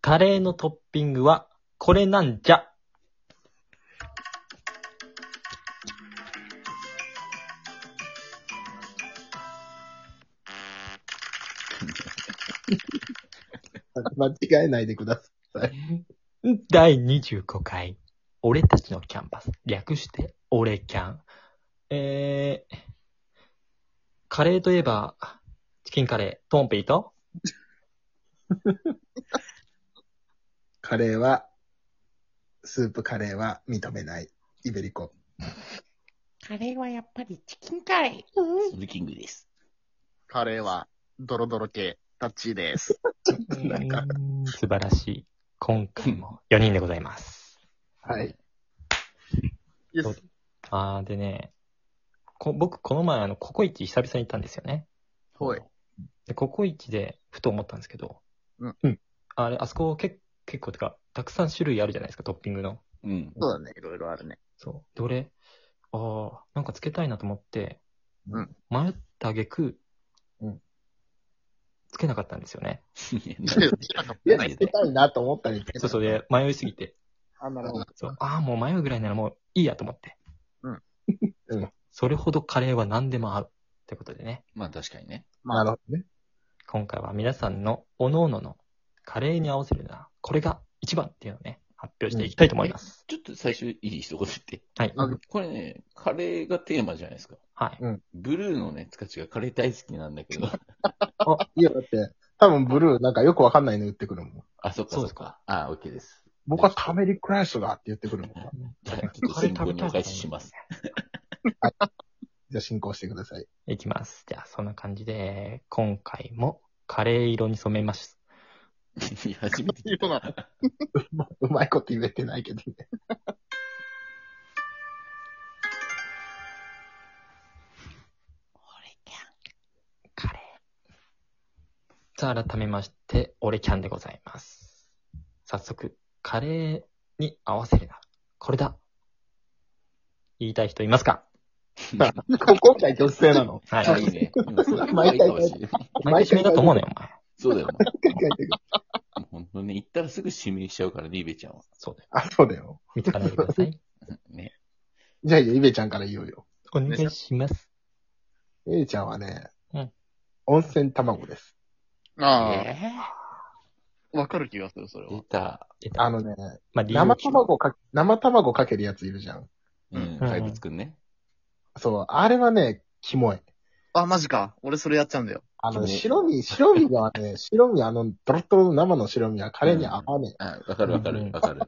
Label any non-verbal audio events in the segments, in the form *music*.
カレーのトッピングは、これなんじゃ。 *laughs* 間違えないでくださ第25回、俺たちのキャンパス、略して、俺キャン。えー、カレーといえば、チキンカレー、トンピーと、い。カレーは、スープカレーは認めない。イベリコ。カレーはやっぱりチキンカレー。スズキングです。カレーは、ドロドロ系、タッチーです。なんかうーん素晴らしい。今回も4人でございます。はい。よそうしあー、でね、こ僕、この前、あの、ココイチ久々に行ったんですよね。ほい。で、ココイチで、ふと思ったんですけど、うんうんあれ、あそこ結結構、てか、たくさん種類あるじゃないですか、トッピングの。うん。そうだね、いろいろあるね。そう。で、俺、あー、なんかつけたいなと思って、うん迷った挙句、うんつけなかったんですよね。 *laughs* いや、つけたいなと思ったりそうそう、で、迷いすぎて。あ、なるほど。そう。ああ、もう迷うぐらいならもういいやと思って。うん。うんそれほどカレーは何でも合う。ってことでね、まあ確かにね。なるほどね。今回は皆さんのおのののカレーに合わせるなら、これが一番っていうのをね、発表していきたいと思います。ちょっと最初いい一言言って。はい。あこれね、カレーがテーマじゃないですか。はい。ブルーのね、塚地がカレー大好きなんだけ *laughs* ど。いや、だって、多分ブルーなんかよくわかんないの言ってくるもん。あ、そっかそうそでっすか。あ、オッケーです。僕はタメリクライストだって言ってくるもん。じゃあ、ちょっとカレー進食行べにたいお返しします。 *laughs* じゃあ進行してください。いきます。じゃあ、そんな感じで、今回もカレー色に染めます。いや初めて聞い *laughs* た。うまいこと言えてないけどね。カレー。さあ、改めまして、俺キャンでございます。早速、カレーに合わせるな。これだ。言いたい人いますか今回女性 *laughs* なの。はい。あ、いいね。うんそれ可愛いかもしれない。毎回締めだと思うね。のよ、お前。そうだよ、も毎回書いてくるう本当ね、行ったらすぐ指名しちゃうからね、リベちゃんは。そうだよ。あ、そうだよ。見つからないでください。ね。じゃあ、いいよイベちゃんから言おうよ。お願いします。イベちゃんはね、うん温泉卵です。あえあ、わかる気がする、それー出は。た。えっとあの、ね、まあ、理由生卵か、生卵かけるやついるじゃん。うん、怪物くんね。そう、あれはね、キモい。あ、マジか。俺それやっちゃうんだよ。あの、キモい白身、白身がね、 *laughs* 白身、あの、ドロッドロの生の白身はカレーに合わねえ。あ、わかるわかるわかる。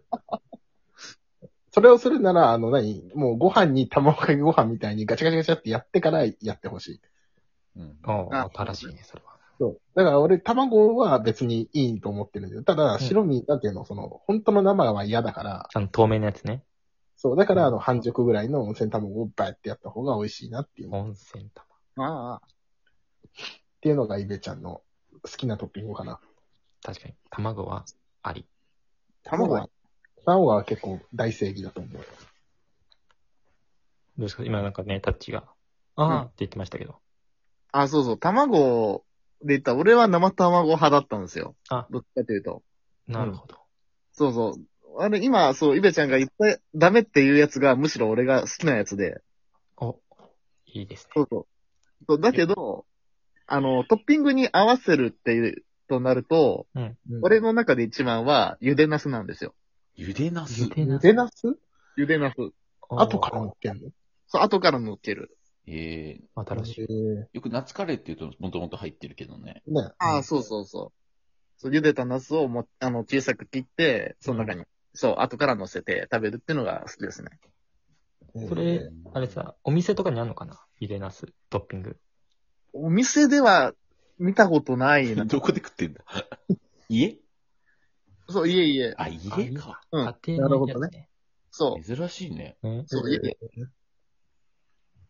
それをするなら、あの、何もうご飯に卵かけご飯みたいにガチャガチャガチャってやってからやってほしい。うん。おあー新しいね、それは。そう。だから俺、卵は別にいいと思ってるんだよ。ただ、白身、なんていうの、その、本当の生は嫌だから、あの、透明なやつね。そう、だから、あの、半熟ぐらいの温泉卵をバーってやった方が美味しいなっていう、っ温泉卵。あていうのがイベちゃんの好きなトッピングかな。確かに。卵は、あり。卵は、卵は結構大正義だと思うよ。どうですか今なんかね、タッチが、ああうんって言ってましたけど。あ。あ、そうそう。卵で言ったら、俺は生卵派だったんですよ。あどっちかというと。なるほど。そうそう。あれ、今、そう、イベちゃんが言った、ダメっていうやつが、むしろ俺が好きなやつで。お、いいですね。そうそう。そうだけど、あの、トッピングに合わせるっていう、となると、俺の中で一番は、ゆでなすなんですよ。ゆでなすゆ。でゆなでなすゆでなす。後から持ってんのそう、後から乗っける。えー、新しい。えよく夏カレーって言うと、もともと入ってるけどね。ーね。ああ、そうそうそう。そう、茹でたナスをも、あの、小さく切って、その中に、そう、後から乗せて食べるっていうのが好きですね。それ、あれさ、お店とかにあるのかなゆでなす、トッピング。お店では見たことない *laughs* な。どこで食ってんだ *laughs* 家そう、いえいえ。あ、家か。うん家庭のやつなね。そう、珍しいね。ねそう、いえいえ。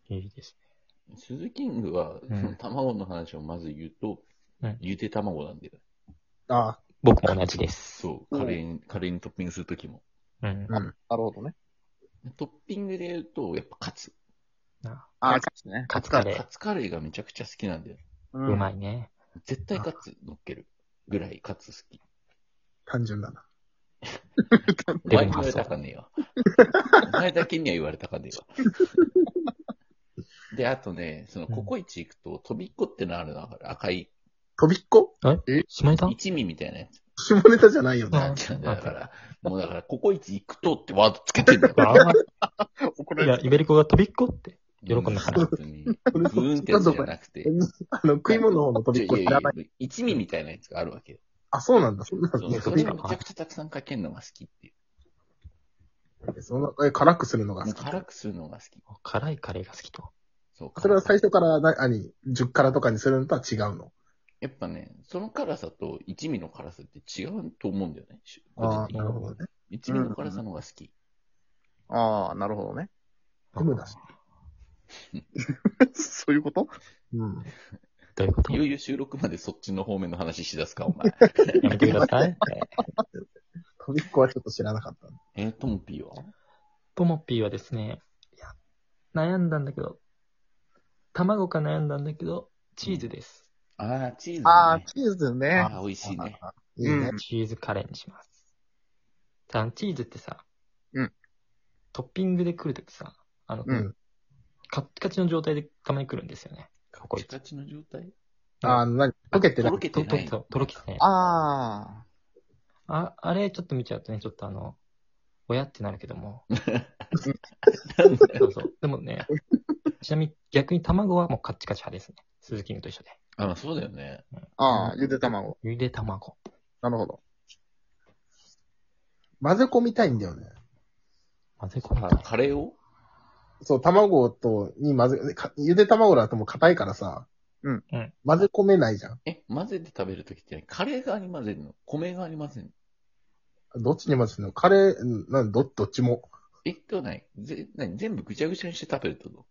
いいですね。スズキングは、んその卵の話をまず言うと、うんゆで卵なんだよ。あ僕も同じです。そう、カレーに、カレーにトッピングするときも。うん。なるほどね。トッピングで言うと、やっぱカツ。なああ、カツね。カツカレカー、ツカレーがめちゃくちゃ好きなんだよ。ううまい。いね。絶対カツ乗っけるぐらいカツ好き。単純だな。おレ前ゴのに言わ発れ想た。かねえわ。お前だけには言われたかねえわ。で、あとね、その、ココイチ行くと、飛びっこってのあるの、赤い、飛びっこ島根さん一味みたいなやつ。下ネタじゃないよあね。ーだから、もうだから、ココイチ行くとってワードつけてんだよ。あー怒いられや、る。イベリコが飛びっこって。喜んだから本当にブーンってやつじゃな *laughs* くて。あの、食い物の方の飛びっこ知いやいやらいない。や一味みたいなやつがあるわけよ。あ、そうなんだ。そんなそのうねそ飛れびにっめちゃくちゃたくさんかけるのが好きっていう。こそんな、え、辛くするのがも好うき。辛くするのが好き。辛いカレーが好きと。そうそれは最初から、な、あに、10辛とかにするのとは違うの。やっぱね、その辛さと一味の辛さって違うと思うんだよね。ああ、個人的なにるほどね。一味の辛さの方が好き。ああ、なるほどね。 *laughs* ゴムだし。そういうことうん。どういうこといやよいよ収録までそっちの方面の話しだすか、お前。めてください。飛びっこはちょっと知らなかった。 *laughs* えー、ともぴーはともぴーはですね、いや、悩んだんだけど、卵か悩んだんだけど、チーズです。ああ、チーズ、ね。ああ、チーズね。あー美味しいね。いいね。うんチーズカレーにします。ただチーズってさ、うんトッピングで来るときさ、あの、うんカッチカチの状態でたまに来るんですよね。ここカチカチの状態ああ、なに、溶けてとなろい。けとてとない。ととろきてね。ああ、あれちょっと見ちゃうとね、ちょっとあの、親ってなるけども。なんだそうそう。でもね、ちなみに逆に卵はもうカッチカチ派ですね。鈴木のと一緒で。ああ、そうだよね。あ、ああ、ゆで卵。ゆで卵。なるほど。混ぜ込みたいんだよね。混ぜ込みあたい。カレーをそう、卵と、に混ぜ、かゆで卵だともう硬いからさ。うんうん。混ぜ込めないじゃん。え、混ぜて食べるときって、カレー側に混ぜるの米側に混ぜるのどっちに混ぜるのカレー、うんなん、ど、どっちも。え、ではない。ぜ、何全部ぐちゃぐちゃにして食べるってこと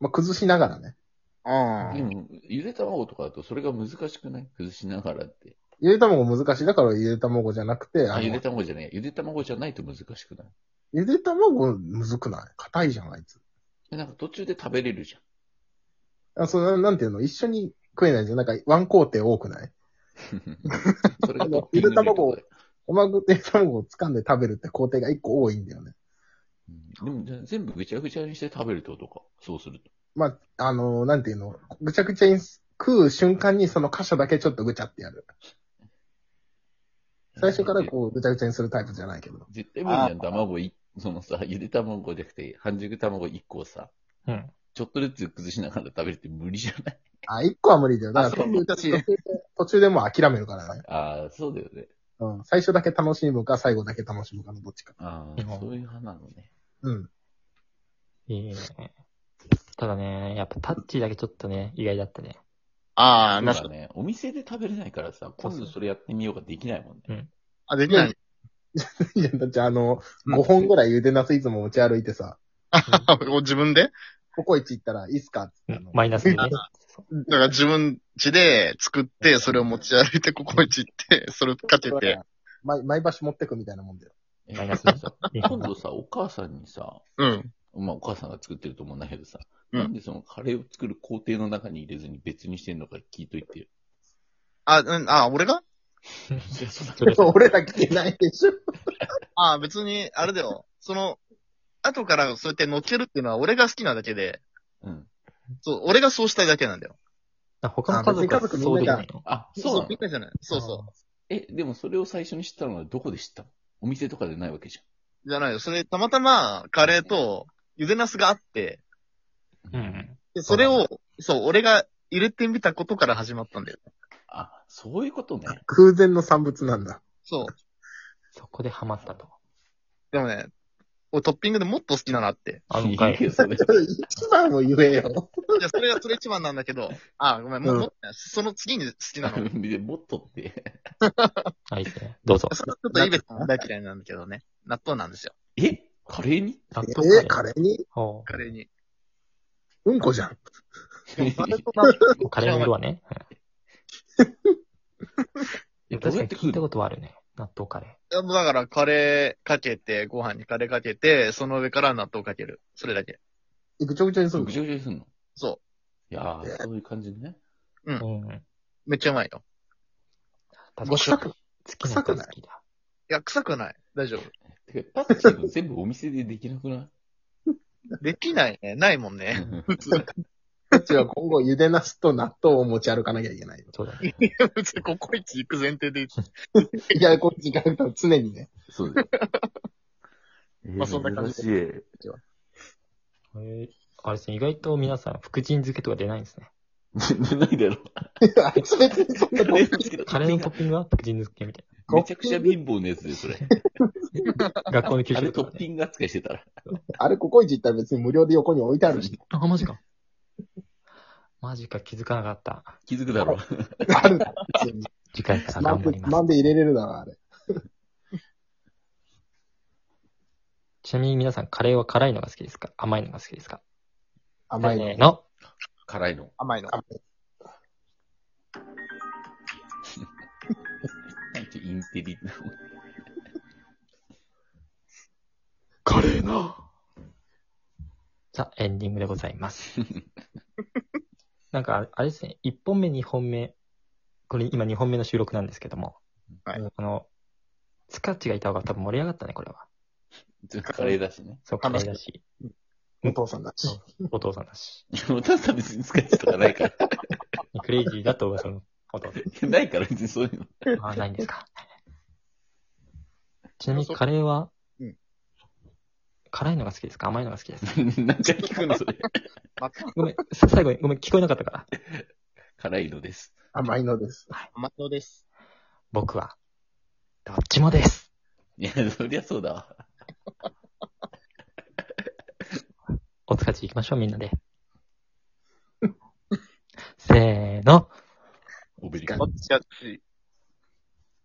まあ、崩しながらね。ああで。も、ゆで卵とかだとそれが難しくない崩しながらって。ゆで卵難しい。だからゆで卵じゃなくて、あ、のゆで卵じゃない。ゆで卵じゃないと難しくない。ゆで卵むずくない硬いじゃん、あいつ。えなんか途中で食べれるじゃ *laughs* ん。あ、そう、ななんていうの一緒に食えないじゃん。なんか、ワン工程多くないそれがトッピンゆグでのい卵いとこをうまくゆで卵を掴んで食べるって工程が一個多いんだよね。だようんでも、全部ぐちゃぐちゃにして食べるってことか。そうすると。まあ、あのなんていうのぐちゃぐちゃに食う瞬間にその箇所だけちょっとぐちゃってやる。最初からこう、ぐちゃぐちゃにするタイプじゃないけど。絶対無理じゃん。卵い、そのさ、ゆで卵じゃなくて、半熟卵1個をさ、うん。ちょっとずつ崩しながら食べるって無理じゃないあ、一個は無理だよ。だからあそう途中で、途中でもう諦めるからね。 *laughs* ああ、そうだよね。うん。最初だけ楽しむか、最後だけ楽しむかのどっちか。あうあ、んそういう派なのね。うん。 *laughs* いいね。ただね、やっぱタッチだけちょっとね、意外だ *laughs* ったね。ああ、そうなしだ。ね。お店で食べれないからさ、今度それやってみようができないもんね。あ、できない。いや、だってあの、5本ぐらいゆでなすいつも持ち歩いてさ、 *laughs* 自分でココイチ行ったらいいっすかって言ったのマイナス *laughs* でね。だから自分家で作って、それを持ち歩いて、ここに行って、 *laughs* それをかけて。毎、毎場所持ってくみたいなもんだよ。えマイナスで *laughs* さいい今度さ、お母さんにさ、うん。まあ、お母さんが作ってると思うんだけどさ、うんなんでそのカレーを作る工程の中に入れずに別にしてんのか聞いといてよ。あ、うん、あ、俺がいや、そんなそ *laughs* れ俺ら聞けないでしょ。あ、別に、あれだよ。その、後からそうやって乗っけるっていうのは俺が好きなだけで、うん。そう、俺がそうしたいだけなんだよ。他の家族はそうできないの。あ、そうなみのんなじゃない。そうそえ、でもそれを最初に知ったのはどこで知ったのお店とかでないわけじう。じゃないよ。それ、たまたま、カレーと、ゆでナスがあって、う。ん。で、それを、そう、俺が入れてみたことから始まったんだよ。あ、そういうことね。空前の産物なんだ。そう。そこでハマったと。でもね、俺トッピングでもっと好きなのあって。あのい回い。よ、それ。 *laughs* 一番を言えよ。いや、それが、それ一番なんだけど、あ、ごめん、もう、うんもっとねその次に好き *laughs* なの。ちょで、もっとって。あ、いいですね。どうぞ。っとイベさんが大嫌いなんだけどね。納豆なんですよ。えカレー *laughs* に納豆え、カレーにほカレーに。うんこじゃん。でもあれと納豆うカレーの色はね。えどう確かやっにて聞食ういたのことはあるね。納豆カレー。いやもうだから、カレーかけて、ご飯にカレーかけて、その上から納豆かける。それだけ。ぐちょぐちょにするぐのちゃぐちゃにすんのそいやー、そういう感じね。うん。う。めっちゃうまいよ。確かに好ご *laughs* 食。ききな粉好きだ。いや、臭くない。大丈夫。てか、パクチーも全部お店でできなくない *laughs* できないね。ないもんね。普通。こっちは今後、ゆでなすと納豆を持ち歩かなきゃいけないよ。そうだね。いや、別にココイチ行く前提で、いや、こっち行かなくても常にね。そうです。 *laughs* まあそんな感じ珍しい。えーあれですね、意外と皆さん、福神漬けとか出ないんですね。ない *laughs* だろ。あいつ別にそんなことカレーのトッピングは福神漬けみたいめちゃくちゃ貧乏なやつで、*laughs* それ。な。学校の給あれ食トとかッね。ピング扱いしてたら。あれ、ココイチ行ったら別に無料で横に置いてある *laughs* し。あ、マジか。 *laughs* マジか、気づかなかった。気づくだろ。あるだろ別に。次回からな頑ん張で、りまなすん。で入れれるだろう、あれ。ちなみに皆さん、カレーは辛いのが好きですか甘いのが好きですか甘いせーの。の。辛いの。甘いの。甘いなんてインテリ *laughs* な。カレーのさあ、エンディングでございます。 *laughs* なんか、あれですね、1本目、2本目、これ今2本目の収録なんですけども、はいうんあの、スカッチがいた方が多分盛り上がったね、これは。カレーだしね。そう、カレーだし、お父さんだし。お父さんだし。お父さん別に使いとかないから。クレイジーだと、その、お父さん。ないから *laughs* 別にそういうの。あ、ないんです *laughs* か。ちなみにカレーは、うん辛いのが好きですか甘いのが好きですか何回聞くのそ *laughs* れ。また、ごめん、さ最後に、ごめん、聞こえなかったから。辛いのです。甘いのです。甘党です。僕は、どっちもです。いや、そりゃそうだわ。おつかち行きましょう、みんな *laughs* で。せーの。オベリこっちやっち。